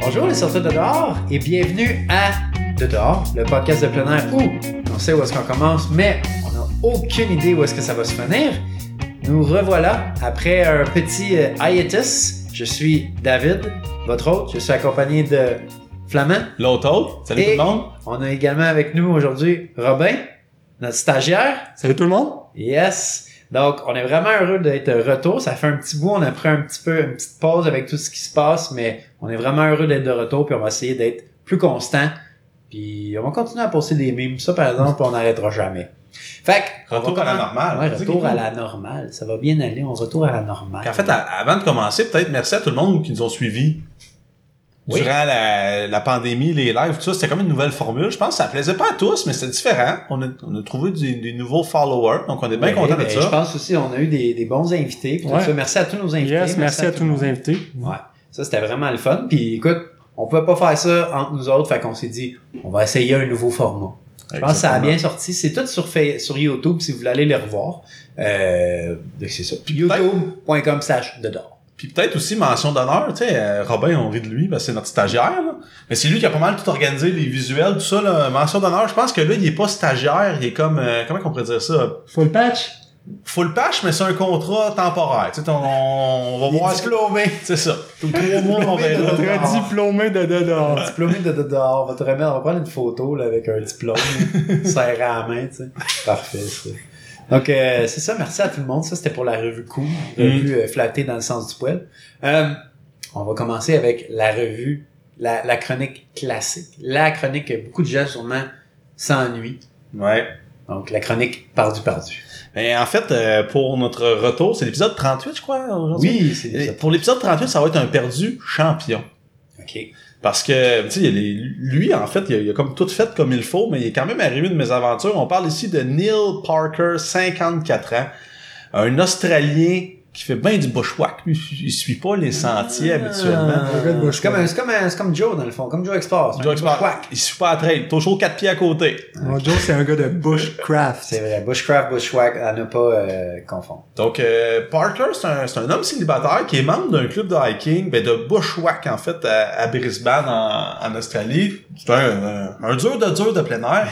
Bonjour les sorciers de dehors et bienvenue à De dehors, le podcast de plein air où on sait où est-ce qu'on commence, mais on n'a aucune idée où est-ce que ça va se finir. Nous revoilà après un petit euh, hiatus. Je suis David, votre hôte. Je suis accompagné de Flamand. L'autre autre, salut Et- tout le monde. On a également avec nous aujourd'hui Robin, notre stagiaire. Salut tout le monde. Yes! Donc, on est vraiment heureux d'être de retour. Ça fait un petit bout, on a pris un petit peu une petite pause avec tout ce qui se passe, mais on est vraiment heureux d'être de retour, puis on va essayer d'être plus constant. Puis on va continuer à poster des mimes. Ça, par exemple, on n'arrêtera jamais. Fait que, on Retour va à la commen- normale. Ouais, C'est ça qui retour est à cool. la normale. Ça va bien aller, on retourne à la normale. En fait, à- avant de commencer, peut-être merci à tout le monde qui nous ont suivis. Oui. Durant la, la pandémie, les lives, tout ça, c'était comme une nouvelle formule. Je pense que ça plaisait pas à tous, mais c'était différent. On a, on a trouvé des, des nouveaux followers, donc on est bien Ouais, content de ben, ça. Je pense aussi, on a eu des, des bons invités. puis tout Ouais. ça. Merci à tous nos invités. Yes, merci à tout tous le nos monde. invités. Ouais. Ça, c'était vraiment le fun. Puis écoute, on pouvait pas faire ça entre nous autres, fait qu'on s'est dit, on va essayer un nouveau format. Je pense que ça a bien sorti. C'est tout sur, Fa- sur YouTube si vous voulez aller les revoir. Euh, donc c'est ça. YouTube.com slash dedans. Puis peut-être aussi mention d'honneur, tu sais, euh, Robin, on rit de lui, parce que c'est notre stagiaire, là. Mais c'est lui qui a pas mal tout organisé, les visuels, tout ça, là. Mention d'honneur, je pense que là, il est pas stagiaire, il est comme, euh, comment qu'on pourrait dire ça? Full patch? Full patch, mais c'est un contrat temporaire. Tu sais, on, on va voir ce que... diplômé. C'est ça. Tous trois mois, on verra. Très Très Ah. diplômé de dedans. Diplômé de dedans. On va te remettre, on va prendre une photo là, avec un diplôme serré à la main. tu sais. Parfait, ça. Donc, euh, c'est ça. Merci à tout le monde. Ça, c'était pour la revue cool. Revue euh, flattée dans le sens du poil. Euh, on va commencer avec la revue, la, la chronique classique. La chronique que beaucoup de gens sûrement s'ennuient. Ouais. Donc, la chronique perdu-perdu. Et en fait, euh, pour notre retour, c'est l'épisode 38, je crois, aujourd'hui. Oui, c'est Et ça. Pour l'épisode 38, ça va être un perdu champion. OK. Parce que, tu sais, il y a les- lui, en fait, il a, il a comme tout fait comme il faut, mais il est quand même arrivé de mes aventures. On parle ici de Neil Parker, 54 ans, un Australien qui fait bien du bushwhack. Lui, il suit pas les sentiers habituellement. Ah. Le gars de Bushwack. C'est comme, un- c'est comme, un- c'est comme Joe, dans le fond. Comme Joe Explore. C'est un Joe Explore. Bushwack. Il suit pas à trail, il est toujours quatre pieds à côté. Mon Joe, c'est un gars de bushcraft. C'est vrai. Bushcraft, Bushwack, à ne pas euh, confondre. Donc, euh, Parker, c'est un, c'est un homme célibataire qui est membre d'un club de hiking, ben de bushwhack, en fait, à, à Brisbane, en, en Australie. C'est un, un, un dur de dur de plein air.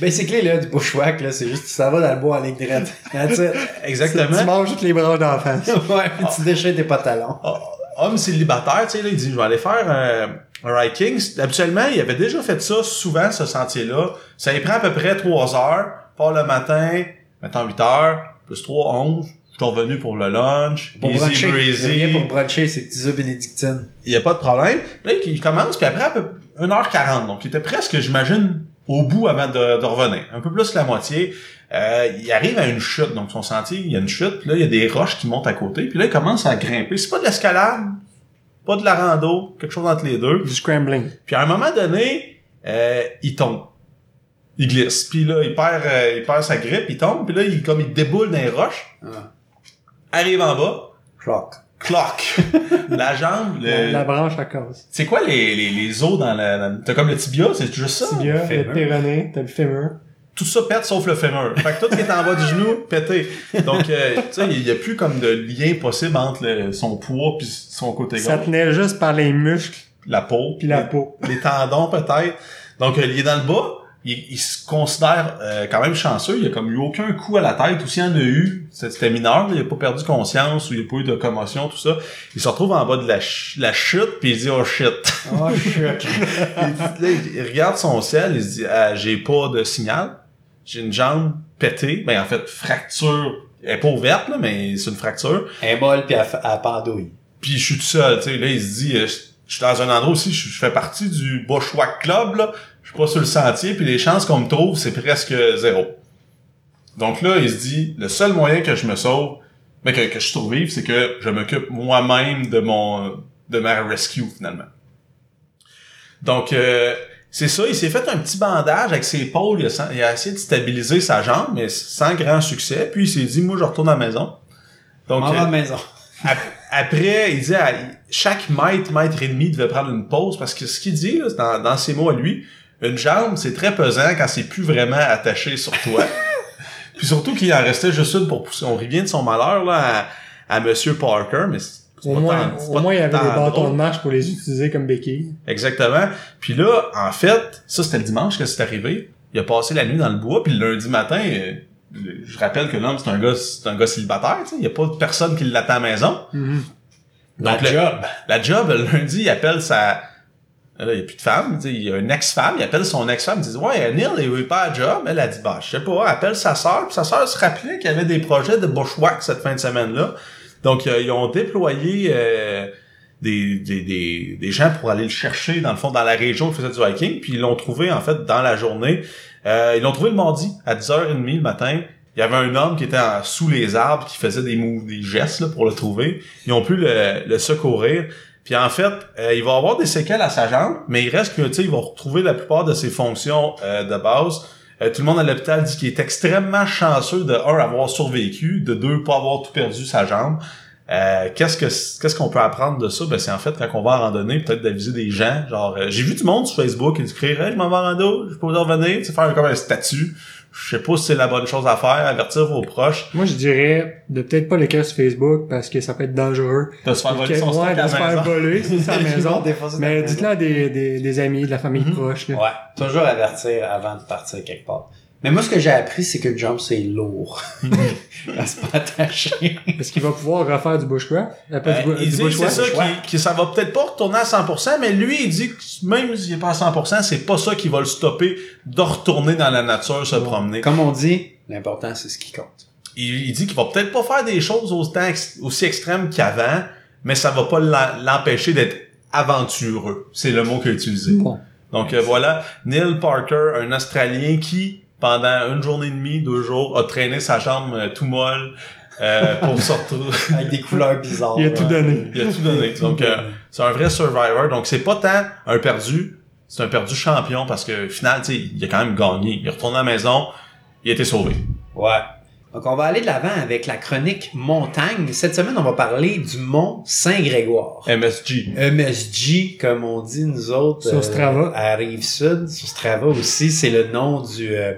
Ben, c'est clé, là, du bushwhack, là. C'est juste, tu s'en vas dans le bois en ligne droite. That's it. Tu Exactement. manges toutes les branches d'en face. ouais, puis tu déchets tes pantalons. Oh, Homme célibataire, tu sais, là, il dit, je vais aller faire euh, un hiking. Habituellement, il avait déjà fait ça souvent, ce sentier-là. Ça y prend à peu près 3 heures. Part le matin, maintenant 8 heures, plus 3, 11. Je suis revenu pour le lunch. Pour easy bruncher. breezy. Il vient pour bruncher ses petits œufs bénédictines. il n'y a pas de problème. Là, il commence, puis après, à peu 1h40. Donc, il était presque, j'imagine, au bout avant de, de revenir. Un peu plus que la moitié. Euh, il arrive à une chute. Donc, son sentier, il y a une chute. Puis là, il y a des roches qui montent à côté. Puis là, il commence à grimper. C'est pas de l'escalade, pas de la rando, quelque chose entre les deux. Du scrambling. Puis à un moment donné, euh, il tombe. Il glisse. Puis là, il perd, euh, il perd sa grippe, il tombe. Puis là, il, comme il déboule dans les roches, Ah. arrive en bas, Clock. clock. la jambe, le, La, la branche à cause. c'est quoi les, les, les os dans la... dans- T'as comme le tibia, c'est juste ça? Tibia, fémur. le péroné, t'as le fémur. Tout ça pète sauf le fémur. Fait que tout qui est en bas du genou, pété. Donc, euh, tu sais, il n'y a plus comme de lien possible entre le- son poids puis son côté Ça gauche. tenait juste par les muscles La peau. puis la peau. Les tendons peut-être. Donc, euh, il est dans le bas. Il, il se considère euh, quand même chanceux. Il a comme eu aucun coup à la tête. Ou s'il y en a eu, c'est- c'était mineur. là. Il a pas perdu conscience ou il a pas eu de commotion, tout ça. Il se retrouve en bas de la, ch- la chute puis il dit « Oh shit ». Oh, shit. Il dit- là, il regarde son ciel, il se dit Ah, j'ai pas de signal, j'ai une jambe pétée, ben en fait fracture, elle est pas ouverte là, mais c'est une fracture. Elle est molle, puis elle, fa- elle pendouille. Puis je suis tout seul, tu sais, là il se dit euh, je je suis dans un endroit aussi, je je fais partie du Bushwhack Club là, je suis pas sur le sentier, puis les chances qu'on me trouve c'est presque zéro. Donc là il se dit le seul moyen que je me sauve, mais que, que je survive, c'est que je m'occupe moi-même de mon de ma rescue finalement. Donc, euh, c'est ça, il s'est fait un petit bandage avec ses pôles, il a, sen- il a essayé de stabiliser sa jambe, mais sans grand succès. Puis il s'est dit, moi, je retourne à la maison. Donc, M'en va euh, de maison. ap- après, il dit, à- chaque mètre, mètre et demi, il devait prendre une pause, parce que ce qu'il dit, là, dans, dans ses mots à lui, une jambe, c'est très pesant quand c'est plus vraiment attaché sur toi. Puis surtout qu'il en restait juste une pour pousser. On revient de son malheur, là, à, à Monsieur Parker, mais c'est- C'est Au pas moins, tant- c'est au pas moins, il y avait des tant bâtons drôle. de marche pour les utiliser comme béquilles. Exactement. Puis là, en fait, ça c'était le dimanche que c'est arrivé. Il a passé la nuit dans le bois, puis le lundi matin, euh, je rappelle que l'homme c'est un gars, c'est un gars célibataire. tu sais. Il y a pas personne qui l'attend à la maison. Mm-hmm. Donc, la le- job. La job, le lundi, il appelle sa. Là, il n'y a plus de femme. tu sais, Il y a une ex-femme. Il appelle son ex-femme. Il dit Ouais, Neil, il veut pas à job. Elle a dit Bah, je sais pas. Elle appelle sa sœur. Puis sa sœur se rappelait qu'il y avait des projets de Bushwack cette fin de semaine-là. Donc, euh, ils ont déployé euh, des, des, des, des gens pour aller le chercher, dans le fond, dans la région où il faisait du hiking. Puis ils l'ont trouvé, en fait, dans la journée. Euh, ils l'ont trouvé le mardi, à 10h30 le matin. Il y avait un homme qui était en- sous les arbres, qui faisait des, mou- des gestes là, pour le trouver. Ils ont pu le, le secourir. Puis en fait, euh, il va avoir des séquelles à sa jambe, mais il reste que, tu sais, il va retrouver la plupart de ses fonctions euh, de base. Euh, tout le monde à l'hôpital dit qu'il est extrêmement chanceux de, un, avoir survécu, de deux, pas avoir tout perdu sa jambe. Euh, qu'est-ce que qu'est-ce qu'on peut apprendre de ça ben c'est en fait quand on va en randonnée peut-être d'aviser des gens genre euh, j'ai vu du monde sur Facebook écrire hey, je m'en vais en rando je peux vous revenir tu sais, faire comme un statut je sais pas si c'est la bonne chose à faire avertir vos proches Moi, je dirais de peut-être pas le cas sur Facebook parce que ça peut être dangereux. de se faire voler Que- son stock ouais, à la de se faire maison. voler sur sa maison. Mais dites-le dites-la. à des, des, des amis, de la famille Mhm. proche. là. Ouais, toujours avertir avant de partir quelque part. Mais moi, ce que j'ai appris, c'est qu'une jambe, c'est lourd. Mm-hmm. à se pas attacher. Est-ce qu'il va pouvoir refaire du bushcraft? Euh, pas Euh, du, bu- il du dit que c'est bushwhack? ça qui, ça va peut-être pas retourner à 100%, mais lui, il dit que même s'il est pas à 100%, c'est pas ça qui va le stopper de retourner dans la nature, se promener. Comme on dit, l'important, c'est ce qui compte. Il, il dit qu'il va peut-être pas faire des choses autant ex- aussi extrêmes qu'avant, mais ça va pas l'en- l'empêcher d'être aventureux. C'est le mot qu'il a utilisé. Bon. Donc euh, voilà, Neil Parker, un Australien qui, pendant une journée et demie, deux jours, a traîné sa jambe euh, tout molle euh, pour se retrouver. Avec des couleurs bizarres. Il a tout Ouais. donné. Il a tout donné. Donc, euh, c'est un vrai survivor. Donc, c'est pas tant un perdu, c'est un perdu champion parce que, au final, tu sais, il a quand même gagné. Il retourne à la maison, il a été sauvé. Ouais. Donc, on va aller de l'avant avec la chronique montagne. Cette semaine, on va parler du mont Saint-Grégoire. MSG. E MSG, comme on dit nous autres. euh, Sur Strava. à Rive-Sud, sur Strava aussi, c'est le nom du, euh,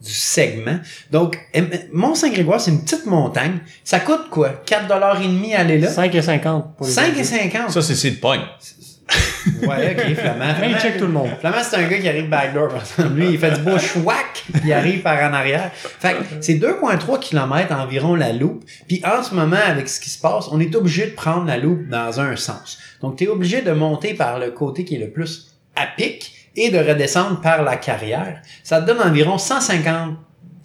du segment. Donc, M- Mont-Saint-Grégoire, c'est une petite montagne. Ça coûte quoi? 4,5$ aller là? 5,50 pour les 5,50$. Ça, c'est Sid Pine. Ouais, ok, Flamand. Mais il Flamand, check tout le monde. Flamand, c'est un gars qui arrive backdoor. Lui, il fait du beau chouac, puis il arrive par en arrière. Fait que c'est 2,3 km environ la loupe. Puis en ce moment, avec ce qui se passe, on est obligé de prendre la loupe dans un sens. Donc, tu es obligé de monter par le côté qui est le plus à pic et de redescendre par la carrière. Ça te donne environ 150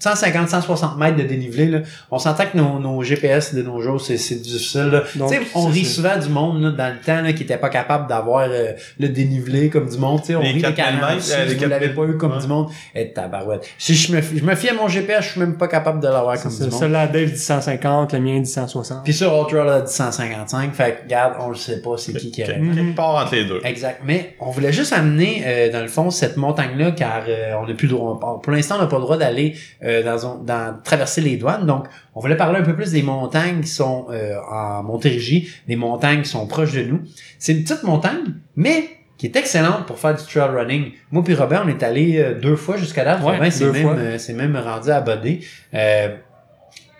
150-160 mètres de dénivelé. Là. On s'entend que nos, nos GPS de nos jours, c'est c'est difficile. là. Tu Donc, sais, on ça, rit c'est- souvent du monde là, dans le temps là, qui était pas capable d'avoir euh, le dénivelé comme du monde. Tu sais, on Les rit des 4000 canards, mètres, si euh, les vous l'avez 4000, pas eu comme ouais. du monde. Et tabarouette. Si je me, fi- je me fie à mon GPS, je suis même pas capable de l'avoir comme du monde. Celui-là, Dave dit 150, le mien dit 160. Puis sur Ultra, là, 155. Fait que, regarde, on le sait pas, c'est qui qui Quelque est. Mhm. part entre les deux. Exact. Mais on voulait juste amener, euh, dans le fond, cette montagne-là, car euh, on n'a plus le droit. on- Pour l'instant, on n'a pas le droit d'aller euh, dans, un- dans- traverser les douanes. Donc, on voulait parler un peu plus des montagnes qui sont euh, en Montérégie, des montagnes qui sont proches de nous. C'est une petite montagne, mais qui est excellente pour faire du trail running. Moi puis Robert, on est allé euh, deux fois jusqu'à date. Ouais, Robin, c'est deux même, fois. euh, c'est même rendu à Bodé. Euh,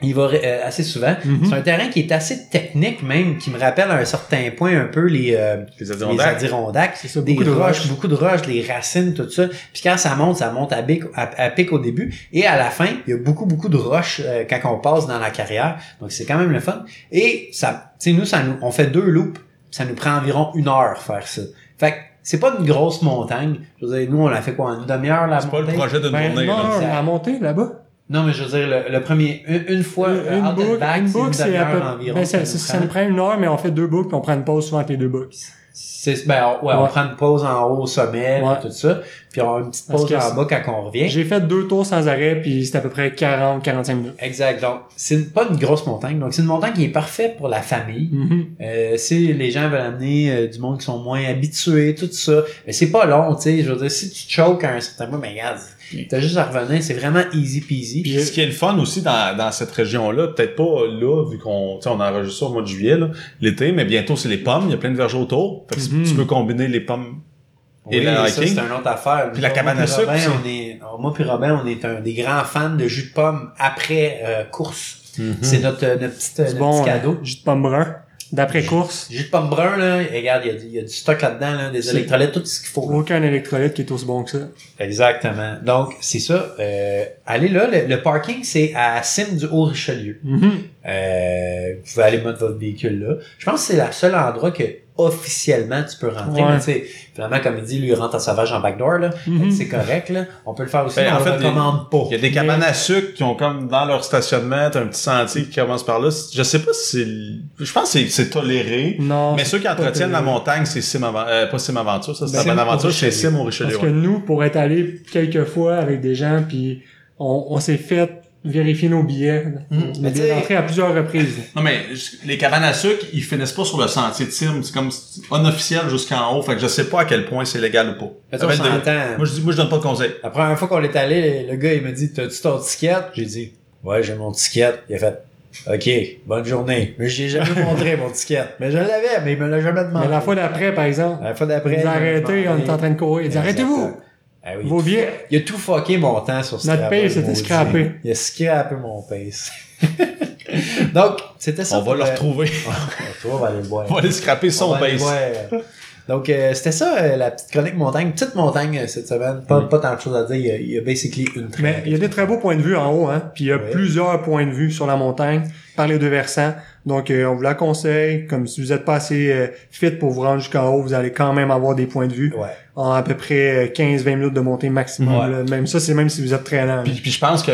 il va euh, assez souvent. Mhm. C'est un terrain qui est assez technique même, qui me rappelle à un certain point un peu les, euh, Les les Adirondacks. Adirondacks C'est ça, des beaucoup de roches, roches. beaucoup de roches, des racines, tout ça. Puis quand ça monte, ça monte à, bic- à- à pic au début. Et à la fin, il y a beaucoup, beaucoup de roches euh, quand on passe dans la carrière. Donc c'est quand même le fun. Et ça, tu sais, nous, ça nous, on fait deux loops. Ça nous prend environ une heure faire ça. Fait que c'est pas une grosse montagne. Je veux dire, nous, on l'a fait quoi, en une demi-heure la C'est pas le montagne? projet d'une Ben, journée. non, là. non, ça. la montée là-bas. Non, mais je veux dire, le, le premier, une, une fois, Une- euh, out une and boucle, back, une c'est boucle, c'est à demi-heure peu environ. ben, ça ça, nous ça, prend. ça nous prend une heure, mais on fait deux boucles, puis on prend une pause souvent entre les deux boucles. C'est, ben, on- ouais, on Ouais. prend une pause en haut au sommet, Ouais. tout ça. Puis on a une petite Parce pause que en c'est- bas quand on revient. J'ai fait deux tours sans arrêt, puis c'était à peu près 40-45 minutes. Exact. Donc, c'est une- pas une grosse montagne. Donc, c'est une montagne qui est parfaite pour la famille. Mhm. Euh, si les gens veulent amener euh, du monde qui sont moins habitués, tout ça, mais c'est pas long, tu sais. Je veux dire, si tu te choques à un certain point, mais regarde, t'as juste à revenir, c'est vraiment easy peasy. Puis, Puis ce qui est le fun aussi dans, dans cette région-là, peut-être pas là, vu qu'on tu sais, on enregistre ça au mois de juillet, là, l'été, mais bientôt c'est les pommes, il y a plein de verges autour. Fait que Mhm. tu peux combiner les pommes. Oui, Et le ça, hiking. c'est une autre affaire. Puis la Moi, cabane à puis sucre Robin, aussi. on est, moi puis Robin, on est un des grands fans de jus Hmm. de pomme après euh, course. C'est notre, notre, petite- c'est notre bon, hein? petit cadeau. euh, jus de pomme brun. D'après-course, Jus de pomme brun, là, regarde, il y a du- il y, a du stock là-dedans, là, des C'est- électrolytes, tout ce qu'il faut. là. aucun électrolyte qui est aussi bon que ça. Exactement. Donc, c'est ça. Euh, allez là, le, le parking, c'est à Cime du Haut-Richelieu. Mhm. Euh, vous pouvez aller mettre votre véhicule là. Je pense que c'est le seul endroit que officiellement tu peux rentrer. Ouais. Mais tu sais, finalement, comme il dit, lui, il rentre en sauvage en backdoor. Là. Fait que Mhm. C'est correct. Là. On peut le faire aussi, Ben, mais en on fait, le recommande pas. Il y a des cabanes à sucre qui ont comme dans leur stationnement, t'as un petit sentier qui commence par là. Je sais pas si c'est. l- Je pense que c'est- c'est toléré. Non. Mais ceux qui entretiennent pas la toléré. montagne, c'est Sim Avan- euh, pas Sim Aventure, ça c'est Ben, la bonne Sim au aventure, c'est Richelieu. Sim au Parce Richelieu. que ouais. nous, pour être allés quelques fois avec des gens, puis on, on s'est fait vérifier nos billets. Nos Mm. Mais billets t'sais- d'entrée à plusieurs reprises. Non mais j- les cabanes à sucre, ils finissent pas sur le sentier de Sim, c'est comme si- unofficiel jusqu'en haut, fait que je sais pas à quel point c'est légal ou Mais tu pas. sais, on Avec de- s'entend. Moi je dis moi je donne pas de conseils. La première fois qu'on est allé, le gars, il me dit, t'as-tu ton ticket? J'ai dit, ouais, j'ai mon ticket. Il a fait, OK, bonne journée. Mais je l'ai jamais montré, mon ticket. Mais je l'avais, mais il me l'a jamais demandé. Mais la fois d'après, par exemple, La fois d'après. il ils nous m'a ont arrêté, on demandé. est en train de courir. Ils disent Arrêtez-vous Ah oui. Vos billets Il a tout fucké mon temps sur Notre Scrabble, pace était maudit. scrappé. Il a scrappé mon pace. Donc, c'était ça. On va pour, le euh, retrouver. Toi, on va aller le voir. On va aller scraper On son va aller base. le voir. Donc, euh, c'était ça, euh, la petite chronique montagne. Petite montagne euh, cette semaine. Mm. Pas, pas tant de choses à dire. Il y a, il y a basically une traîne. Mais il y a des très beaux points de vue en haut, hein. Puis il y a Ouais. plusieurs points de vue sur la montagne par les deux versants. Donc euh, on vous la conseille. Comme si vous êtes pas assez euh, fit pour vous rendre jusqu'en haut, vous allez quand même avoir des points de vue Ouais. en à peu près euh, 15-20 minutes de montée maximum. Ouais. là. Même ça, c'est même si vous êtes très lent. là. Puis, puis je pense que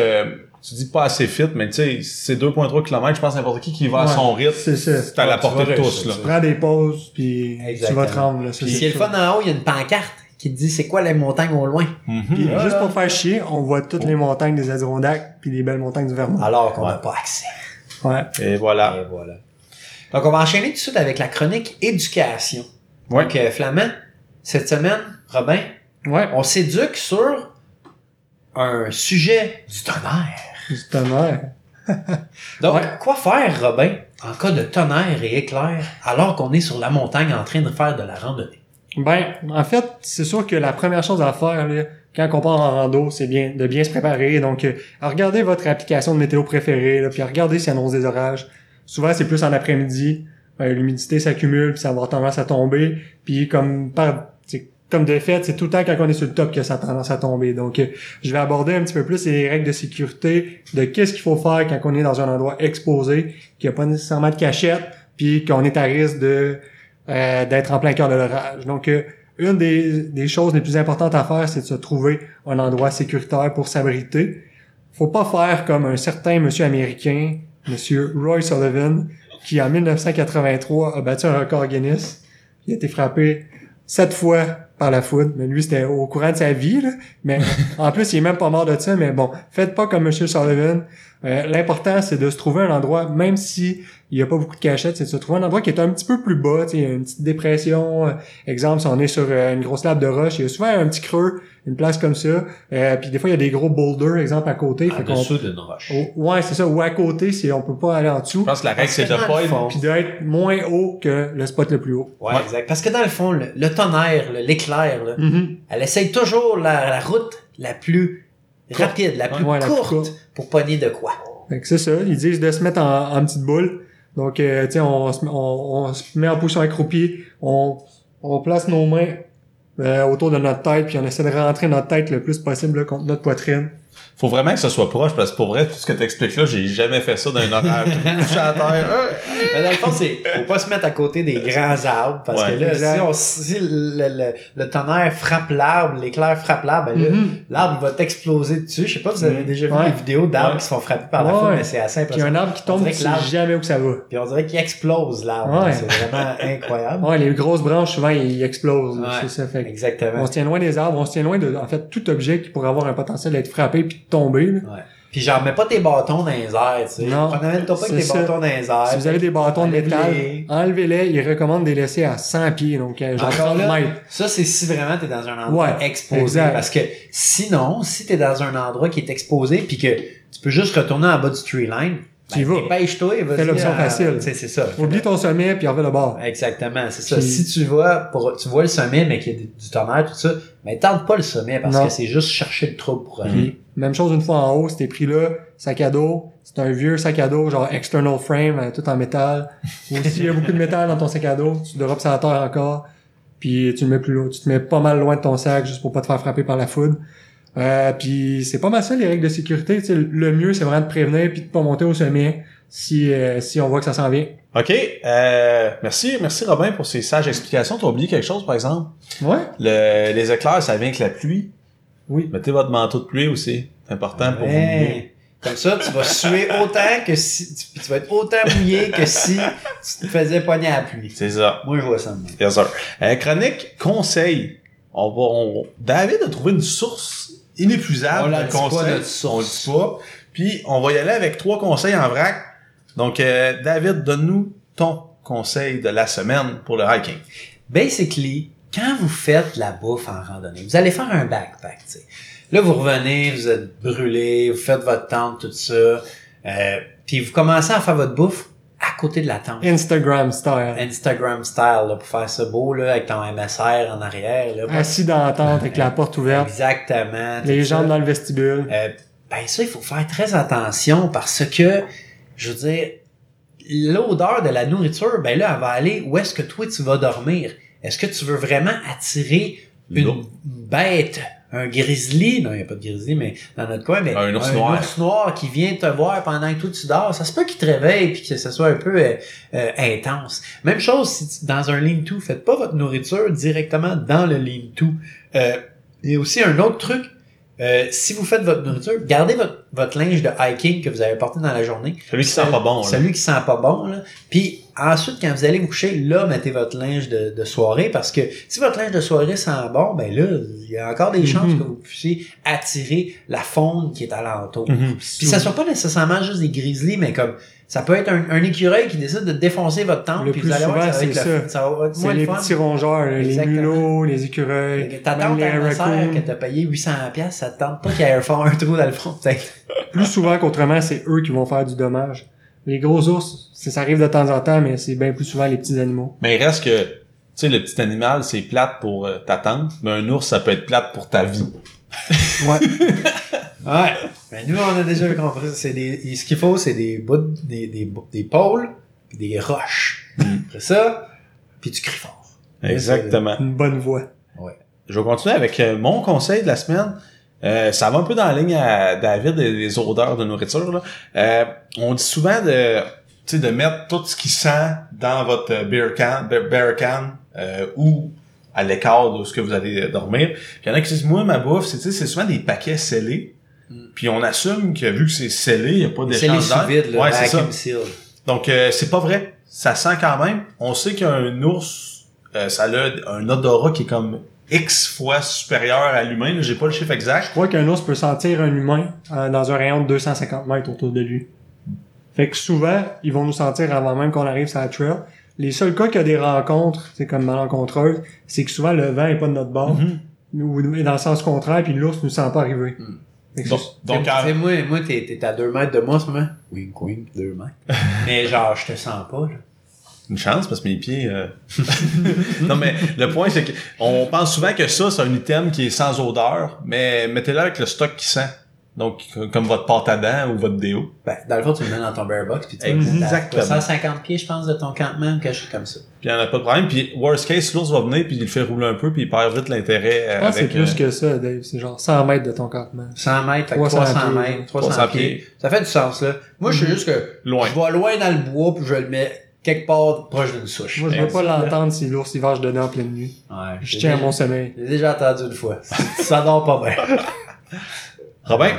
tu dis pas assez fit, mais tu sais, c'est 2.3 km, je pense n'importe qui qui va à Ouais, son rythme, c'est ça. c'est à la Tu portée vas de tous. réussir, Là. tu Prends des pauses, puis tu Exactement. vas te rendre. Là, ça, Puis, c'est si le sûr. fun en haut, il y a une pancarte qui te dit c'est quoi les montagnes au loin. Mhm. Puis, Ah. juste pour faire chier, on voit toutes les montagnes des Adirondacks puis les belles montagnes du Vermont. Alors qu'on n'a Ouais. pas accès. Ouais. Et voilà. Et voilà. Donc, on va enchaîner tout de suite avec la chronique éducation. Ouais. Donc, euh, Flamand, cette semaine, Robin, Ouais. on s'éduque sur un sujet du tonnerre. Du tonnerre. Donc, Ouais. quoi faire, Robin, en cas de tonnerre et éclair, alors qu'on est sur la montagne en train de faire de la randonnée? Ben, en fait, c'est sûr que la première chose à faire, là, quand on part en rando, c'est bien de bien se préparer. Donc, euh, regardez votre application de météo préférée, là, puis regardez s'il annonce des orages. Souvent, c'est plus en après-midi. Euh, L'humidité s'accumule, puis ça va avoir tendance à tomber. Puis comme par c'est- comme de fait, c'est tout le temps quand on est sur le top que ça a tendance à tomber. Donc, euh, je vais aborder un petit peu plus les règles de sécurité, de qu'est-ce qu'il faut faire quand on est dans un endroit exposé, qu'il n'y a pas nécessairement de cachette, puis qu'on est à risque de euh, d'être en plein cœur de l'orage. Donc, euh, une des, des choses les plus importantes à faire, c'est de se trouver un endroit sécuritaire pour s'abriter. Faut pas faire comme un certain monsieur américain, monsieur Roy Sullivan, qui en 1983 a battu un record Guinness. Il a été frappé sept fois par la foudre, mais lui c'était au courant de sa vie. Là. Mais en plus, il est même pas mort de ça. Mais bon, faites pas comme monsieur Sullivan. Euh, L'important, c'est de se trouver un endroit, même si il y a pas beaucoup de cachettes, c'est de se trouver un endroit qui est un petit peu plus bas. tu sais, Il y a une petite dépression. euh, Exemple, si on est sur euh, une grosse lave de roche, il y a souvent un petit creux, une place comme ça. Euh, puis des fois, il y a des gros boulders, exemple, à côté. Ah, fait qu'on- d'une roche. Oh, ouais, c'est ça. Ou à côté, si on peut pas aller en Je dessous. pense que la règle, c'est de Parce que dans pas le être... fond- Puis d'être moins haut que le spot le plus haut. Ouais, Ouais. exact. Parce que dans le fond, le, le tonnerre, là, l'éclair, là, Mhm. elle essaye toujours la, la route la plus rapide, la plus Ouais, la plus courte courte. pour pogner de quoi. Fait que c'est ça. Ils disent de se mettre en, en petite boule. Donc, euh, tu sais, on, se- on, on se met en position accroupie. On, on place nos mains euh, autour de notre tête. Puis on essaie de rentrer notre tête le plus possible là, contre notre poitrine. Faut vraiment que ça soit proche, parce que pour vrai, tout ce que t'expliques là, j'ai jamais fait ça d'un orage. Couché à terre, euh, Mais dans le fond, c'est faut pas se mettre à côté des grands arbres parce Ouais. que là, Exact. si, on, si le, le- le tonnerre frappe l'arbre, l'éclair frappe l'arbre, ben là, Mhm. l'arbre va t'exploser dessus. Je sais pas si vous avez Mhm. déjà vu Ouais. les vidéos d'arbres Ouais. qui se font frapper par la Ouais. foudre, mais c'est assez Puis un impressionnant. arbre qui On tombe, dirait tu que sais l'arbre- jamais où que ça va. Puis on dirait qu'il explose l'arbre. Ouais. C'est vraiment incroyable. Ouais, les grosses branches, souvent, ils explosent. là, Ouais. C'est ça. Fait que Exactement. On se tient loin des arbres, on se tient loin de, en fait, tout objet qui pourrait avoir un potentiel d'être frappé puis de tomber. là. Ouais. Puis genre, mets pas tes bâtons dans les airs, tu sais. Non. Promène-toi pas avec C'est tes ça. bâtons dans les airs. Si vous avez des bâtons de métal, Enlève-les. enlevez-les. Ils recommandent de les laisser à 100 pieds, donc euh, genre Encore 30 là? ben, mètres. Ça, c'est si vraiment t'es dans un endroit Ouais, exposé. exact. Parce que sinon, si t'es dans un endroit qui est exposé puis que tu peux juste retourner en bas du tree line, Tu y vas. Ben, Dépêche-toi, vas-y. Fais l'option à- facile. Tu sais, C'est ça. Oublie ton sommet, puis refais le bord. Exactement, c'est ça. Puis- Si tu vois, pour, tu vois le sommet, mais qu'il y a du, du tonnerre, tout ça, mais tente pas le sommet parce Non. que c'est juste chercher le trouble pour Mhm. aller. Puis, même chose une fois en haut, c'était pris là, sac à dos. C'est un vieux sac à dos, genre external frame, euh, tout en métal. Ou s'il y a beaucoup de métal dans ton sac à dos, tu drops ça à terre encore. Puis tu le mets plus loin. Tu te mets pas mal loin de ton sac juste pour pas te faire frapper par la foudre. Euh, puis c'est pas mal ça les règles de sécurité. Tu sais, le mieux c'est vraiment de prévenir puis de pas monter au sommet si euh, si on voit que ça s'en vient. OK. euh, merci, merci Robin pour ces sages explications. T'as oublié quelque chose, par exemple? Ouais. Le- les éclairs, ça vient avec la pluie. Oui. Mettez votre manteau de pluie aussi. C'est hein, important pour vous. Hey, Comme ça, tu vas suer autant que si. Tu, tu vas être autant mouillé que si tu te faisais pogner à la pluie. C'est ça. Moi, je vois ça de même. Yes, sir. Euh, chronique conseil. On va, on- David a trouvé une source On inépuisable la de dit pas, conseils. notre source. On le dit pas. Puis, on va y aller avec trois conseils en vrac. Donc, euh, David, donne-nous ton conseil de la semaine pour le hiking. Basically, quand vous faites de la bouffe en randonnée, vous allez faire un backpack, tu sais. Là, vous revenez, vous êtes brûlé, vous faites votre tente, tout ça, euh, puis vous commencez à faire votre bouffe à côté de la tente. Instagram style. Instagram style, là, pour faire ce beau, là, avec ton MSR en arrière, là. Assis dans la tente avec la porte ouverte, Exactement. tout les ça. jambes dans le vestibule. Euh, ben ça, il faut faire très attention parce que, je veux dire, l'odeur de la nourriture, ben là, elle va aller où est-ce que toi, tu vas dormir. Est-ce que tu veux vraiment attirer une Non. bête, un grizzly, non, il n'y a pas de grizzly, mais dans notre coin, mais Un ours noir. ours noir qui vient te voir pendant que toi, tu dors, ça se peut qu'il te réveille puis que ce soit un peu euh, euh, intense. Même chose si tu- dans un lean to, faites pas votre nourriture directement dans le lean to. Euh, il y a aussi un autre truc, euh, si vous faites votre nourriture, gardez votre, votre linge de hiking que vous avez porté dans la journée. Celui qui sent pas bon, là. Celui qui sent pas bon, là. Puis ensuite, quand vous allez vous coucher, là, mettez votre linge de, de soirée parce que si votre linge de soirée sent bon, ben là, il y a encore des chances Mhm. que vous puissiez attirer la faune qui est alentour. Mhm. Puis ça soit pas nécessairement juste des grizzlies, mais comme ça peut être un, un écureuil qui décide de défoncer votre tente, Le puis plus vous allez voir que ça va souvent, être c'est le- ça. ça va être C'est moins les le fun. petits rongeurs, là, les Exactement. mulots, les écureuils, Ta même tante les à ma sœur raccoons. que t'as payé 800$, piastres, ça te tente pas qu'il y ait un fond, un trou dans le front, peut-être. Plus souvent qu'autrement, c'est eux qui vont faire du dommage. Les gros ours, c'est- ça arrive de temps en temps, mais c'est bien plus souvent les petits animaux. Mais il reste que, tu sais, le petit animal, c'est plate pour euh, ta tante, mais un ours, ça peut être plate pour ta vie. Ouais. Ouais. Mais nous, on a déjà compris. C'est des, ce qu'il faut, c'est des bouts, de- des, des, bou- des pôles, puis des roches. Après ça, puis tu cries fort. Exactement. Une bonne voix. Je vais continuer avec euh, mon conseil de la semaine. Euh, ça va un peu dans la ligne à David et les odeurs de nourriture. Là. Euh, on dit souvent de tu sais, de mettre tout ce qui sent dans votre euh, beer can, be- bear can euh, ou à l'écart de ce que vous allez euh, dormir. Puis il y en a qui disent, moi, ma bouffe, c'est tu sais, c'est souvent des paquets scellés. Puis on assume que vu que c'est scellé, il n'y a pas C'est Hmm. les d'échange sous d'air. vides, là. Ah, Ouais, vacuum c'est ça. seal. Donc, euh, c'est pas vrai. Ça sent quand même. On sait qu'un ours, euh, ça a un odorat qui est comme X fois supérieur à l'humain. là. J'ai pas le chiffre exact. Je crois qu'un ours peut sentir un humain euh, dans un rayon de 250 mètres autour de lui. Fait que souvent, ils vont nous sentir avant même qu'on arrive sur la trail. Les seuls cas qu'il y a des rencontres, c'est comme malencontreuse, c'est que souvent le vent est pas de notre bord, Mm-hmm. ou ou dans le sens contraire, puis l'ours nous sent pas arriver. Mm. Mhm. Fait que Donc, c'est- donc, Fais- en- fais- moi, moi t'es, t'es à deux mètres de moi en ce moment. Wink, wink, deux mètres. Mais genre, je te sens pas, là. euh, Une chance parce que mes pieds. euh, non mais le point c'est que on pense souvent que ça c'est un item qui est sans odeur, mais mettez-le avec le stock qui sent. Donc c- comme votre pâte à dents ou votre déo. Ben, dans le fond, tu me mets dans ton bear box, puis tu Exactement. Exactement. 150 pieds, je pense, de ton campement, que je suis comme ça. Puis il en a pas de problème. Puis worst case l'ours va venir puis il le fait rouler un peu puis il perd vite l'intérêt euh, Je pense que Ah, c'est avec. plus euh, que ça, Dave. C'est genre 100 mètres de ton campement. 100 mètres, fait que 300 300, pieds. mètres, 300, 300 pieds. pieds. Ça fait du sens, là. Moi, je suis juste que Loin. je vais loin dans le bois, puis je le mets quelque part proche d'une souche. Moi, je veux pas Exactement. l'entendre si l'ours il vache dedans en pleine nuit. Ouais, Je j'ai tiens à déjà- mon sommeil. J'ai déjà entendu une fois. Ça dort pas bien. Robin,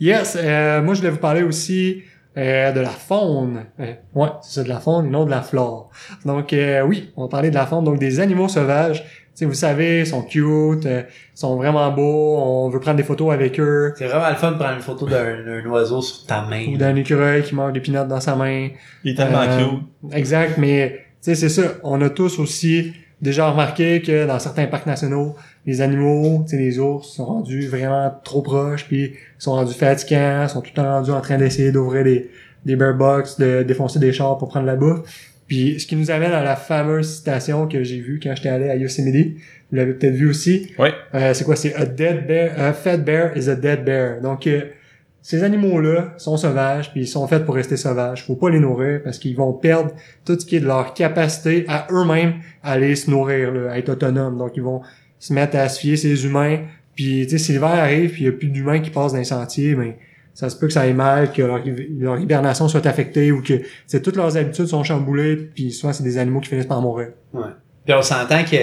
Yes, euh, moi je voulais vous parler aussi euh, de la faune. Euh, ouais, c'est ça, de la faune et non de la flore. Donc euh, oui, on va parler de la faune, donc des animaux sauvages. Tu sais, vous savez, ils sont cute, euh, ils sont vraiment beaux, on veut prendre des photos avec eux. C'est vraiment le fun de prendre une photo d'un d'un oiseau sur ta main. Ou d'un écureuil qui mange des pinottes dans sa main. il est tellement Euh, cute. Exact, mais tu sais, c'est ça. On a tous aussi déjà remarqué que dans certains parcs nationaux, les animaux, tu sais, les ours sont rendus vraiment trop proches, puis ils sont rendus fatigants, sont tout le temps rendus en train d'essayer d'ouvrir des, des bear box, de défoncer des chars pour prendre la bouffe. Puis ce qui nous amène à la fameuse citation que j'ai vue quand j'étais allé à Yosemite. Vous l'avez peut-être vu aussi. Ouais. Euh, c'est quoi? C'est a dead bear, a fat bear is a dead bear. Donc, euh, ces animaux-là sont sauvages, puis ils sont faits pour rester sauvages. Faut pas les nourrir parce qu'ils vont perdre tout ce qui est de leur capacité à eux-mêmes à aller se nourrir, là, à être autonomes. Donc, ils vont se mettre à asphyxier ces humains. Puis, tu sais, si l'hiver arrive, puis il y a plus d'humains qui passent dans les sentiers, ben, ça se peut que ça aille mal, que leur, leur hibernation soit affectée ou que c'est toutes leurs habitudes sont chamboulées, puis souvent c'est des animaux qui finissent par mourir. Puis on s'entend qu'il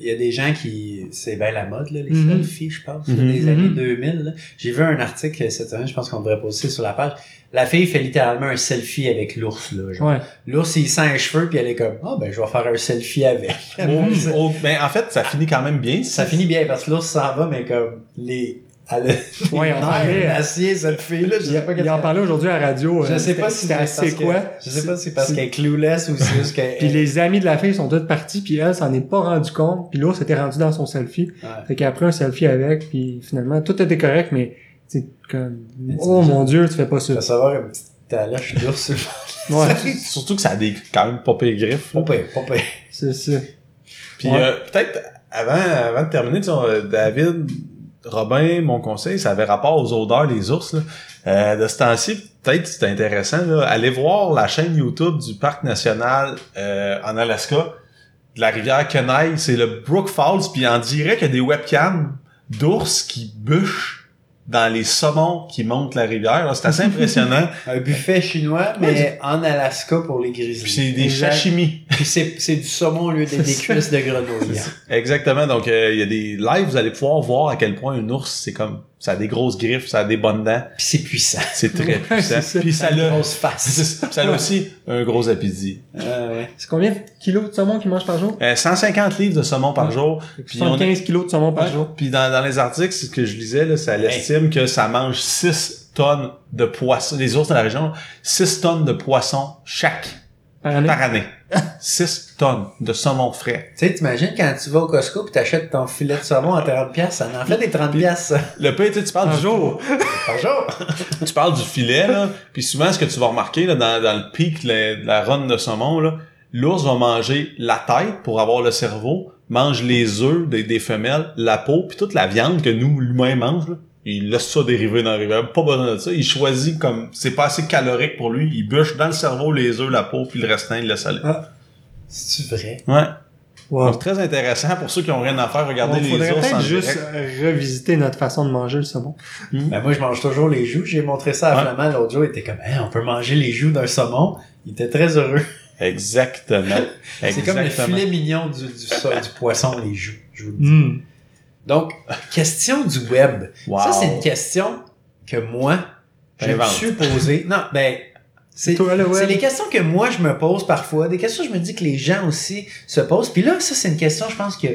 y a des gens qui... C'est bien la mode, là, les Mhm. selfies, je pense, Mhm, des années mhm. 2000. là. J'ai vu un article cette semaine, je pense qu'on devrait poster sur la page. La fille fait littéralement un selfie avec l'ours. là. genre. Ouais. L'ours, il sent les cheveux, puis elle est comme « Ah, ben, je vais faire un selfie avec. Au- au- ben, en fait, ça finit quand même bien. Ça finit bien, parce que l'ours s'en va, mais comme les... Elle a Ouais, ouais, euh, on parlait- acier, cette fille-là. Je sais pas Il qu'est-ce en qu'elle- parlait aujourd'hui à la radio. Je euh, sais pas c'était- si c'était parce assez que- quoi. Je sais pas si c'est C'est- parce qu'elle est clueless ou c'est juste qu'elle... Puis les amis de la fille sont tous partis, puis elle s'en est pas rendu compte, puis l'ours était rendu dans son selfie. Ouais. Fait qu'elle a pris un selfie avec, puis finalement, tout était correct, mais c'est comme, Mais oh t'imagines- mon dieu, tu fais pas ça. Tu vas savoir une petite taloche d'ours sur le Ouais, Surtout que ça a des quand même pas pires griffes. là. Pas pire, pas pire. c'est ça. Puis Ouais. euh, peut-être avant, avant de terminer, tu sais, on- euh, David, Robin, mon conseil, ça avait rapport aux odeurs des ours. là. Euh, de ce temps-ci, peut-être c'est intéressant. Là, allez voir la chaîne YouTube du Parc national euh, en Alaska, de la rivière Kenai, c'est le Brook Falls, puis on dirait qu'il y a des webcams d'ours qui bûchent dans les saumons qui montent la rivière. là. C'est assez impressionnant. Un buffet chinois, mais en Alaska pour les Puis c'est grizzlies. des Exact. sashimi. Puis c'est c'est du saumon au lieu des, des cuisses de grenouille. Exactement. Donc, euh, il y a des lives, vous allez pouvoir voir à quel point un ours, c'est comme, ça a des grosses griffes, ça a des bonnes dents, Puis c'est puissant. c'est très Ouais, puissant. c'est ça. Puis ça Une l'a, grosse face. ça a aussi un gros appétit. Ah ouais. C'est combien de kilos de saumon qu'ils mangent par jour? Euh, 150 livres de saumon par Ouais. jour. Puis on est- 75 kilos de saumon par Ouais. jour. Puis dans, dans les articles, c'est ce que je lisais, là, ça l'estime que ça mange 6 tonnes de poissons. Les ours de la région, 6 tonnes de poissons chaque Par année. par année. 6 tonnes de saumon frais. Tu sais, t'imagines quand tu vas au Costco pis t'achètes ton filet de saumon à 30$, piastres, ça en fait des 30$ piastres, ça. Le pire, tu sais, tu parles Par du jour. par jour. tu parles du filet, là, puis souvent, ce que tu vas remarquer là, dans, dans le pic la- de la ronde de saumon, là, l'ours va manger la tête pour avoir le cerveau, mange les œufs des, des femelles, la peau, puis toute la viande que nous, l'humain, mange. là, il laisse ça dériver dans la rivière. Pas besoin de ça. Il choisit comme... C'est pas assez calorique pour lui. Il bûche dans le cerveau les œufs, la peau, puis le restant, il laisse aller. C'est-tu vrai? Ouais. Wow. Donc, très intéressant. Pour ceux qui ont rien à faire, regardez On les faudrait ours en peut-être juste direct. euh, revisiter notre façon de manger le saumon. Ben moi, je mange toujours les joues. J'ai montré ça à Ouais. Flamand l'autre jour. Il était comme, Hein, on peut manger les joues d'un saumon. Il était très heureux. Exactement. C'est comme le Exactement. filet mignon du, du, sa- du poisson, les joues. Je vous le dis. Mm. Mm. Donc, question du web. Wow. Ça, c'est une question que moi, je me T'inventes. suis posée. Non, ben, c'est Toi, le web. c'est les questions que moi, je me pose parfois. Des questions, que je me dis que les gens aussi se posent. Puis là, ça, c'est une question, je pense que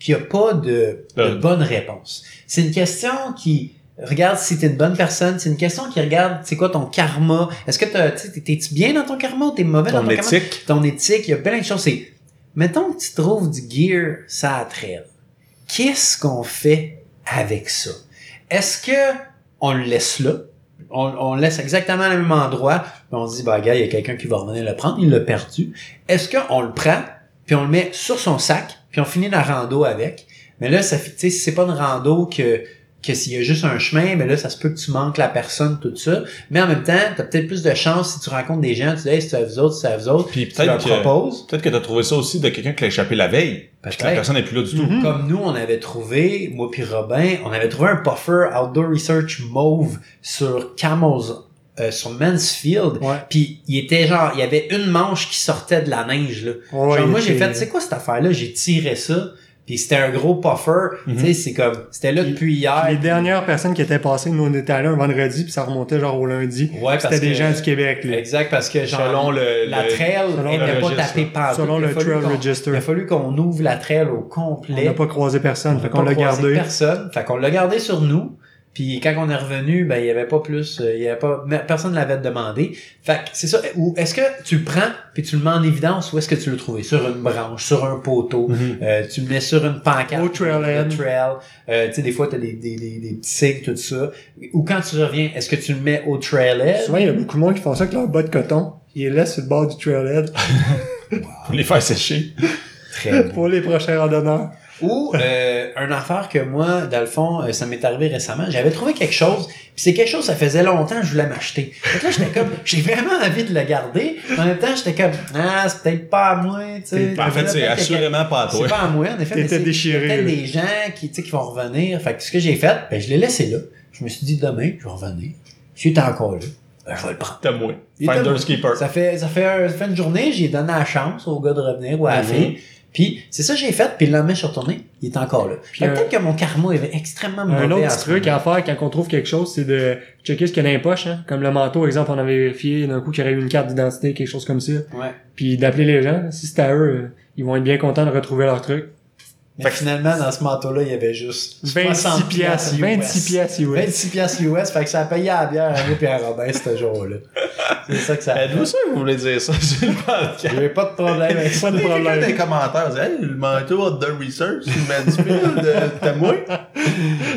qu'il n'y a pas de, de Euh. bonne réponse. C'est une question qui regarde si t'es une bonne personne. C'est une question qui regarde, c'est quoi ton karma? Est-ce que t'as- tu sais, t'es- t'es-tu bien dans ton karma ou t'es mauvais dans Ton ton karma? éthique. Ton éthique, il y a plein de choses. C'est, mettons que tu trouves du gear, ça à trail. Qu'est-ce qu'on fait avec ça? Est-ce que on le laisse là? On, on le laisse exactement au même endroit, puis on se dit, bah, gars, il y a quelqu'un qui va revenir le prendre, il l'a perdu. Est-ce qu'on le prend, puis on le met sur son sac, puis on finit la rando avec? Mais là, ça fait, tu sais, si c'est pas une rando que, que s'il y a juste un chemin, mais là, ça se peut que tu manques la personne, tout ça. Mais en même temps, t'as peut-être plus de chance si tu rencontres des gens, tu dis, hey, c'est à vous autres, c'est à vous autres. Puis Tu leur peut-être que... proposes. Peut-être que t'as trouvé ça aussi de quelqu'un qui l'a échappé la veille. Parce que la Peut-être. personne n'est plus là du tout. Mhm. Comme nous, on avait trouvé, moi puis Robin, on avait trouvé un puffer Outdoor Research mauve sur Camels, euh, sur Mansfield. Ouais. Puis il était genre, il y avait une manche qui sortait de la neige, là. Ouais, genre, moi, il j'ai était- fait, c'est quoi cette affaire-là? J'ai tiré ça. Puis c'était un gros puffer. Mhm. Tu sais, c'est comme, c'était là Puis- depuis hier. Les dernières personnes qui étaient passées, nous on était allés un vendredi, puis ça remontait genre au lundi. Ouais, parce C'était des que- gens du Québec, là. Exact, parce que genre, Selon le, la le- trail selon elle le n'était pas registre, tapée partout. Selon Ah, Il a le fallu Trail qu'on- Il a Register. fallu qu'on ouvre la trail au On complet. n'a pas croisé personne, On fait n'a qu'on pas l'a croisé gardé. personne. Fait qu'on l'a gardé sur nous. Puis quand on est revenu, ben il y avait pas plus, euh, il y avait pas mais personne l'avait demandé. Fait que c'est ça ou est-ce que tu le prends puis tu le mets en évidence ou est-ce que tu le trouvé sur une branche, sur un poteau, Mm-hmm. euh, tu le mets sur une pancarte, Mm. Au trailhead. le trail, euh, tu sais des fois tu as des, des, des, des petits signes tout ça ou quand tu reviens, est-ce que tu le mets au trailhead Souvent, il y a beaucoup de monde qui font ça avec leur bas de coton. Ils les laissent sur le bord du trailhead Pour les faire sécher. Très bien. pour les prochains randonneurs. Ou euh, un affaire que moi, dans le fond, euh, ça m'est arrivé récemment. J'avais trouvé quelque chose, puis c'est quelque chose, ça faisait longtemps que je voulais m'acheter. Fait que là, j'étais comme, j'ai vraiment envie de le garder. En même temps, j'étais comme, ah, c'est peut-être pas à moi, tu sais. En fait, c'est Peut-être que- assurément pas à toi. c'est pas à moi, en effet. mais T'étais c'est- déchiré, il y a peut-être là. des gens qui, tu sais, qui vont revenir. Fait que ce que j'ai fait, ben, je l'ai laissé là. Je me suis dit, demain, je vais revenir. Si il est encore là, ben, je vais le prendre. T'as moi. Il est à moi. Finder's Keeper. Ça fait, ça fait, un- ça fait une journée, j'ai donné la chance au gars de revenir ou à la Mhm. fille. Puis, c'est ça que j'ai fait, puis le lendemain, je suis retourné, il est encore là. Fait que un- Peut-être que mon karma est extrêmement mauvais. Un en autre ce truc moment. à faire quand on trouve quelque chose, c'est de checker ce qu'il y a dans les poches. Hein. Comme le manteau, exemple, on avait vérifié d'un coup qu'il y aurait eu une carte d'identité, quelque chose comme ça. Ouais. Puis d'appeler les gens. Si c'est à eux, euh, ils vont être bien contents de retrouver leur truc. Mais finalement, dans ce manteau-là, il y avait juste 26 60 piastres. 26 piastres, US. 26 piastres US, fait que ça a payé à la bière à nous et à Robin ce jour-là. C'est ça que ça Ben, a Êtes-vous sûr que vous voulez dire ça sur le podcast? J'ai pas de problème avec ça. Pas de Quelqu'un dans problème. les commentaires, dit, hey, le manteau de research, c'est Mansfield, euh, t'as moi?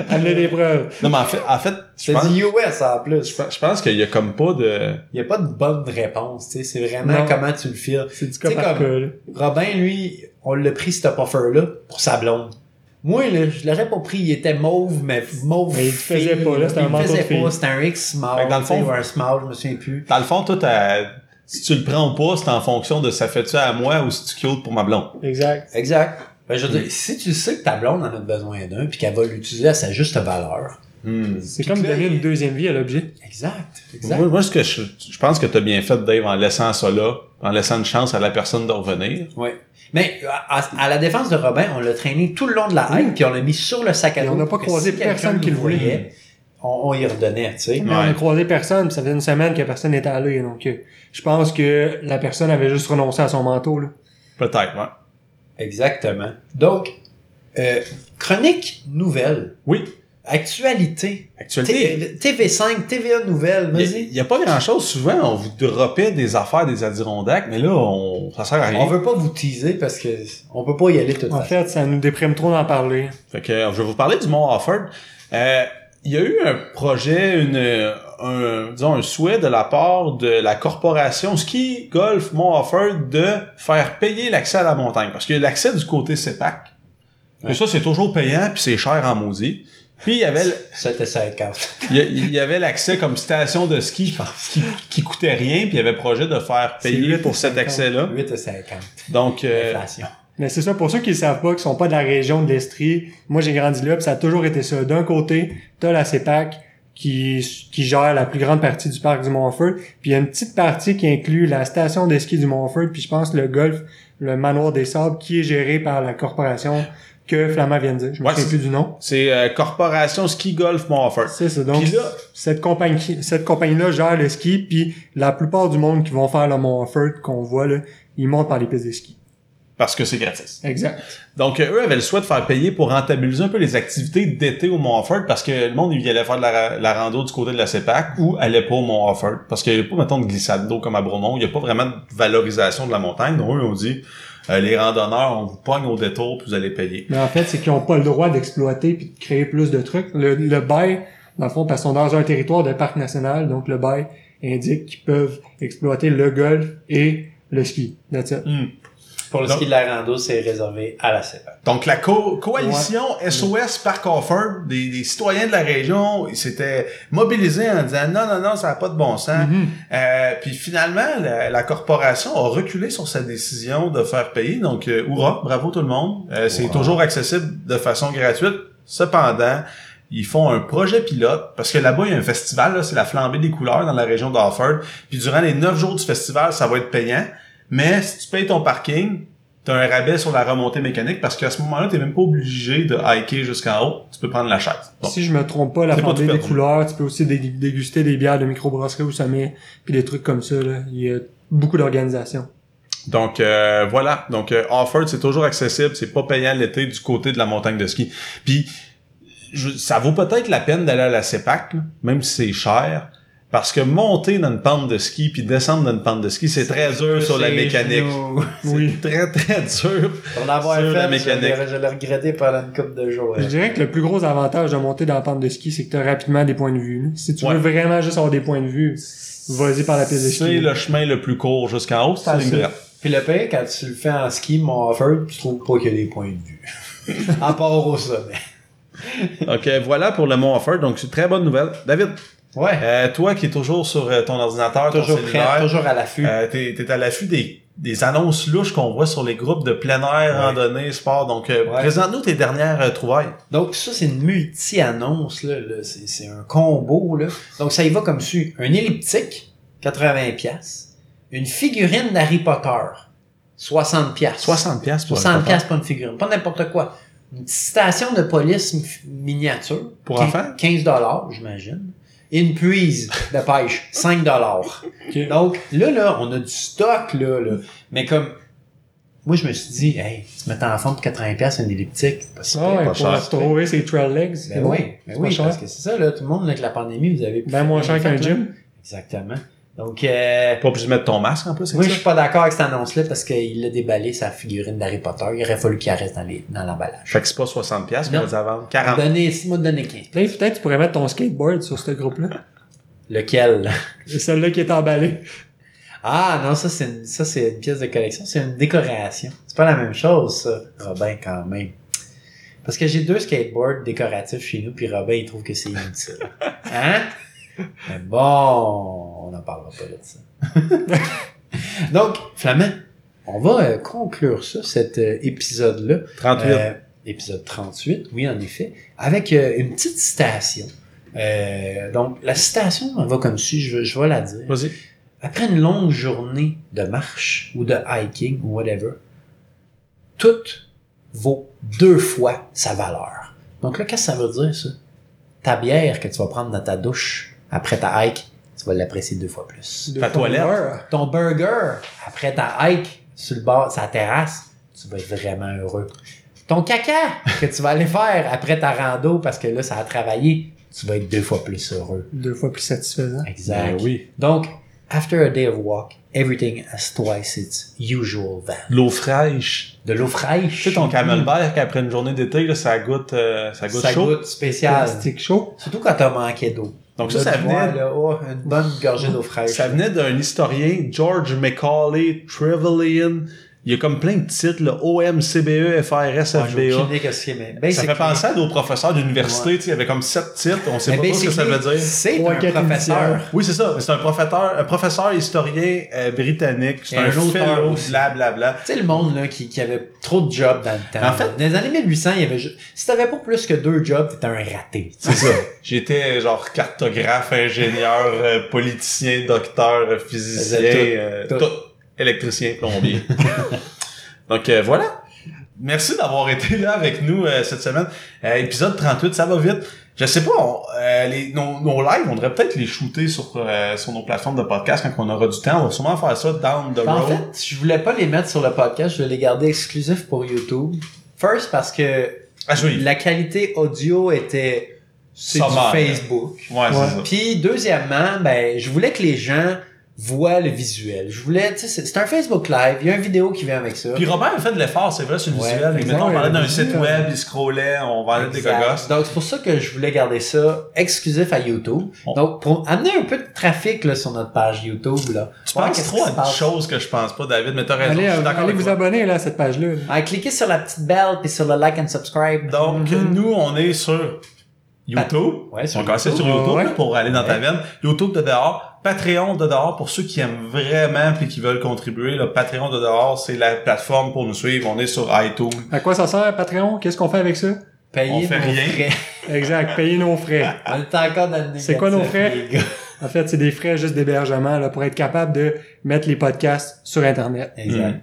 Amener des preuves. Non, mais en fait, en fait, je C'est pense, du US en plus. je pense- je pense qu'il y a comme pas de, Il n'y a pas de bonne réponse, tu sais. C'est vraiment Non. comment tu le files. C'est du cas C'est par comme- cas. là. Robin, lui, on l'a pris, ce puffer-là, pour sa blonde. Moi, là, je l'aurais pas pris. Il était mauve, mais mauve. Mais il te faisait fille, pas, là, c'était il un me manteau de faisait fille. pas, C'était un X Fait small. que dans le tu sais, fond- ou un small, je me souviens plus. dans le fond, toi, t'as- si tu le prends ou pas, c'est en fonction de ça fait-tu à moi ou si tu cute pour ma blonde. Exact. Exact. Ben, je veux dire, si tu sais que ta blonde en a besoin d'un, puis qu'elle va l'utiliser à sa juste valeur. Hmm. C'est comme là, donner il- une deuxième vie à l'objet. Exact. Exact. Moi, moi, ce que je, je pense que t'as bien fait, Dave, en laissant ça là, en laissant une chance à la personne de revenir. Ouais. Mais à, à- à la défense de Robin, on l'a traîné tout le long de la haine, puis on l'a mis sur le sac à Et dos. on n'a pas que croisé si quelqu'un personne qui nous le voulait. voyait, On, on y redonnait, tu sais. Mais on a croisé personne, puis ça faisait une semaine que personne n'était allé. Donc, euh, je pense que la personne avait juste renoncé à son manteau. Là. Peut-être, ouais. Exactement. Donc, euh, chronique nouvelle, Oui. actualité, Actualité. T- TV5, TVA nouvelle, Il vas-y. n'y a, pas grand-chose. Souvent, on vous dropait des affaires des Adirondacks, mais là, on, ça sert à rien. On veut pas vous teaser parce que on peut pas y aller tout de En suite. fait, ça nous déprime trop d'en parler. Fait que euh, je vais vous parler du Mont Offord. Euh, il y a eu un projet, une, euh, un, disons, un souhait de la part de la corporation Ski Golf Mont Offord de faire payer l'accès à la montagne. Parce que l'accès du côté CEPAC, Ouais. et ça, c'est toujours payant, puis c'est cher en maudit. Puis il y avait, le- C'était 50. il y, a- il y avait l'accès comme station de ski qui, qui coûtait rien, puis il y avait projet de faire C'est payer huit pour et cet cinquante. accès-là. 8 à 50. Donc, euh, Inflation. Mais c'est ça, pour ceux qui ne savent pas, qui sont pas de la région de l'Estrie, moi j'ai grandi là, puis ça a toujours été ça. D'un côté, t'as la CEPAC qui, qui gère la plus grande partie du parc du Montfort, puis il y a une petite partie qui inclut la station de ski du Montfort, puis je pense le golf, le manoir des sables, qui est géré par la corporation que Flamand vient de dire. Je me Ouais, souviens c'est- plus du nom. c'est euh, Corporation Ski Golf Mont Offord. C'est ça. Donc, Puis là- cette compagnie, cette compagnie-là gère le ski, puis la plupart du monde qui vont faire le Montfort qu'on voit là, ils montent par les pistes de ski. Parce que c'est gratis. Exact. Donc, euh, eux avaient le souhait de faire payer pour rentabiliser un peu les activités d'été au Mont-Offord parce que le monde, il allait faire de la, la rando du côté de la CEPAC ou allait pas au Mont-Offord. Parce qu'il n'y a pas, mettons, de glissade d'eau comme à Bromont. Il n'y a pas vraiment de valorisation de la montagne. Donc, eux, on dit, euh, les randonneurs, on vous pogne au détour puis vous allez payer. Mais en fait, c'est qu'ils n'ont pas le droit d'exploiter puis de créer plus de trucs. Le, le bail, dans le fond, parce qu'ils sont dans un territoire de parc national, donc le bail indique qu'ils peuvent exploiter le golf et le ski. That's it. Pour le Donc- ski de la rando, c'est réservé à la E CEPAC. Donc, la co- coalition SOS Parc Offord, des, des citoyens de la région, ils s'étaient mobilisés en disant, non, non, non, ça n'a pas de bon sens. Mhm. Euh, puis finalement, la, la corporation a reculé sur sa décision de faire payer. Donc, euh, hurrah, bravo tout le monde. Euh, c'est Wow. toujours accessible de façon gratuite. Cependant, ils font un projet pilote parce que là-bas, il y a un festival, là, c'est la flambée des couleurs dans la région d'Offord. Puis durant les neuf jours du festival, ça va être payant. Mais si tu payes ton parking, tu as un rabais sur la remontée mécanique parce qu'à ce moment-là, tu même pas obligé de hiker jusqu'en haut. Tu peux prendre la chaise. Bon. Si je me trompe pas, la C'est pas fondée tout des perdu. couleurs, tu peux aussi dé- déguster des bières de microbrasserie au sommet, puis des trucs comme ça. Là. Il y a beaucoup d'organisations. Donc euh, voilà, donc euh, Offord c'est toujours accessible, c'est pas payant l'été du côté de la montagne de ski. Puis je- ça vaut peut-être la peine d'aller à la CEPAC, là, même si c'est cher. Parce que monter dans une pente de ski puis descendre dans une pente de ski, c'est très dur sur la Chez mécanique. nous. Oui, très très dur. Pour l'avoir Sur la fait, je mécanique. l'ai- je l'ai regretté pendant une couple de Euh, jours. Je dirais que le plus gros avantage de monter dans la pente de ski, c'est que tu as rapidement des points de vue. là. Si tu Ouais. veux vraiment juste avoir des points de vue, vas-y par la piste de C'est ski. le chemin le plus court jusqu'en haut, c'est Ah, une c'est- grève. Puis le pire, quand tu le fais en ski, mon offer, tu trouves pas qu'il y a des points de vue. à part au sommet. OK, euh, voilà pour le mont Offert. Donc, c'est une très bonne nouvelle. David, Ouais. euh, toi qui es toujours sur euh, ton ordinateur, toujours ton prêt, cellulaire, toujours à l'affût. euh, t'es, t'es à l'affût des, des annonces louches qu'on voit sur les groupes de plein air, Ouais. randonnée, sport. Donc, euh, Ouais. présente-nous tes dernières euh, trouvailles. Donc ça, c'est une multi-annonce, là, là. C'est, c'est un combo. Là. Donc ça y va comme suit. Un elliptique, 80$. piastres. Une figurine d'Harry Potter, 60$. piastres. 60 pièces pour 60 pièces pour une figurine, pas n'importe quoi. Une petite station de police mi- miniature. Pour Quin- enfants? 15 dollars, j'imagine. Et une puise de pêche, 5 dollars. Ok. Donc là, là, on a du stock, là, là. Mais comme, moi, je me suis dit, hey, tu mets en forme pour 80 pièces une elliptique. c'est pas si Ah pire, ouais, pas pour cher. se trouver ses trail legs. c'est Ben bon. oui, ben C'est pas oui, cher. parce que c'est ça, là, tout le monde, là, avec la pandémie, vous avez... pu Ben moins faire cher qu'un des fêtes, là. gym. Exactement. Donc, euh, Pas obligé de mettre ton masque en plus, c'est moi, je ça? suis pas d'accord avec cette annonce-là parce qu'il a déballé sa figurine d'Harry Potter. Il aurait fallu qu'il reste dans les- dans l'emballage. Fait que c'est pas 60 pièces, Non. mais les avant 40. Donner, si moi donner 15. Dave, peut-être tu pourrais mettre ton skateboard sur ce groupe-là. Lequel? C'est Celle-là qui est emballée. Ah, non, ça, c'est une, ça, c'est une pièce de collection. C'est une décoration. C'est pas la même chose, ça. Robin, quand même. Parce que j'ai deux skateboards décoratifs chez nous, puis Robin, il trouve que c'est inutile. Hein? Mais bon, on n'en parlera pas de ça. Donc, Flamand, on va euh, conclure ça, cet euh, épisode-là. 38. Euh, épisode 38, oui, en effet, avec euh, une petite citation. Euh, donc, la citation elle va comme si, je, je vais la dire. Vas-y. Après une longue journée de marche ou de hiking ou whatever, tout vaut deux fois sa valeur. Donc là, qu'est-ce que ça veut dire, ça? Ta bière que tu vas prendre dans ta douche après ta hike, tu vas l'apprécier deux fois plus. De Ta toilette. Farmer. Ton burger après ta hike sur le bord, sa terrasse, tu vas être vraiment heureux. Ton caca que tu vas aller faire après ta rando parce que là, ça a travaillé, tu vas être deux fois plus heureux. Deux fois plus satisfaisant. Exact. Ben oui. Donc, after a day of walk, everything has twice its usual value. L'eau fraîche. De l'eau fraîche. Tu sais, ton camelback, après une journée d'été, là, ça goûte, euh, ça goûte ça chaud. goûte spécial. Plastique chaud. Surtout quand t'as manqué d'eau. Donc ça, Là, ça tu vois, venait, là, oh, une bonne gorgée d'eau fraîche. ça venait d'un historien, George Macaulay Trevelyan. Il y a comme plein de titres, là, OMCBE, Ah, j'ai FRSFBA. aucune idée qu'est-ce qu'il y a, mais ça basically- fait penser à nos professeurs d'université, Ouais. tu sais, il y avait comme sept titres, on sait mais pas trop ce que ça basically, veut dire. C'est Trois, un quatre professeur. initiales. Oui, c'est ça. C'est un professeur, un professeur historien euh, britannique. C'est Et un, un auteur fellow, aussi. blablabla. Tu sais, le monde là, qui, qui avait trop de jobs dans le temps. En fait- dans les années 1800, il y avait ju- si t'avais pas plus que deux jobs, t'étais un raté. C'est ça. J'étais euh, genre cartographe, ingénieur, euh, politicien, docteur, euh, physicien, Faisais euh, tout. tout. électricien, plombier. Donc euh, voilà. Merci d'avoir été là avec nous euh, cette semaine. Euh, épisode 38, ça va vite. Je sais pas, on- euh, les, nos, nos lives, on devrait peut-être les shooter sur, euh, sur nos plateformes de podcast quand on aura du temps. On va sûrement faire ça down the Bah, En road. fait, je voulais pas les mettre sur le podcast, je voulais les garder exclusifs pour YouTube. First, parce que ah, je vais y- la qualité audio était c'est du Sommaire. Facebook. Ouais, c'est Ouais. ça. Puis deuxièmement, ben je voulais que les gens voient le visuel. Je voulais, tu sais, c'est- c'est un Facebook Live, il y a une vidéo qui vient avec ça. Puis Robert a fait de l'effort, c'est vrai, sur le Ouais, visuel. Mais exact, mettons, on parlait d'un ouais, site ouais. web, il scrollait, on vendait des Exact. gogos. Donc c'est pour ça que je voulais garder ça exclusif à YouTube. Bon. Donc pour amener un peu de trafic là, sur notre page YouTube là. Tu Voir penses qu'est-ce trop qui à se des passe. choses que je pense pas, David, mais t'as raison, Allez, je suis euh, d'accord allez avec vous toi. abonner là, à cette page-là. Ah, cliquez sur la petite belle puis sur le like and subscribe. Donc, Mm-hmm. nous, on est sur YouTube. Ouais, sur on cassait YouTube. sur YouTube Ouais. là, pour aller dans ta Ouais. veine. YouTube de dehors. Patreon de dehors pour ceux qui aiment vraiment puis qui veulent contribuer. Le Patreon de dehors, c'est la plateforme pour nous suivre. On est sur iTunes. À quoi ça sert, Patreon? Qu'est-ce qu'on fait avec ça? Payez on fait nos rien. frais. Exact, payer nos frais. On est encore dans le négatif. C'est quoi nos frais? les gars. En fait, c'est des frais juste d'hébergement là, pour être capable de mettre les podcasts sur Internet. Exact.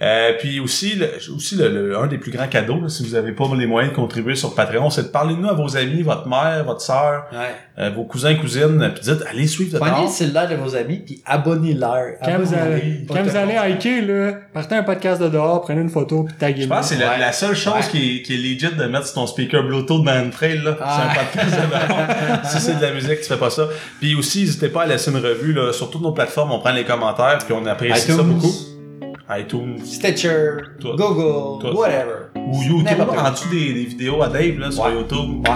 Euh, puis aussi, le, aussi le, le- un des plus grands cadeaux, là, si vous n'avez pas les moyens de contribuer sur Patreon, c'est de parler de nous à vos amis, votre mère, votre sœur, Ouais. euh, vos cousins, cousines, puis dites, allez suivre le Prenez le temps. cellulaire de vos amis, puis abonnez-leur. Quand vous allez, Abonnez-les. quand vous allez hiker, là, partez un podcast de dehors, prenez une photo, puis taguez Je pense que c'est la, Ouais. la seule chose Ouais. qui, est, qui est legit de mettre sur ton speaker Bluetooth dans une trail, là. Ah. C'est un podcast de dehors. Si c'est de la musique, tu fais pas ça. Puis aussi, n'hésitez pas à laisser une revue, là. Sur toutes nos plateformes, on prend les commentaires, puis on apprécie ça iTunes, beaucoup. iTunes. Stitcher, Toi. Google, Toi. whatever. Ou YouTube, N'importe quoi. en dessous des, des vidéos à Dave, là, sur Ouais. YouTube.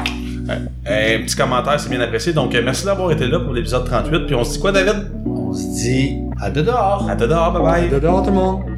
Euh, un petit commentaire, c'est bien apprécié. Donc, euh, merci d'avoir été là pour l'épisode 38. Puis on se dit quoi, David? On se dit à deux dehors. À te dehors, bye bye. De dehors, tout le monde.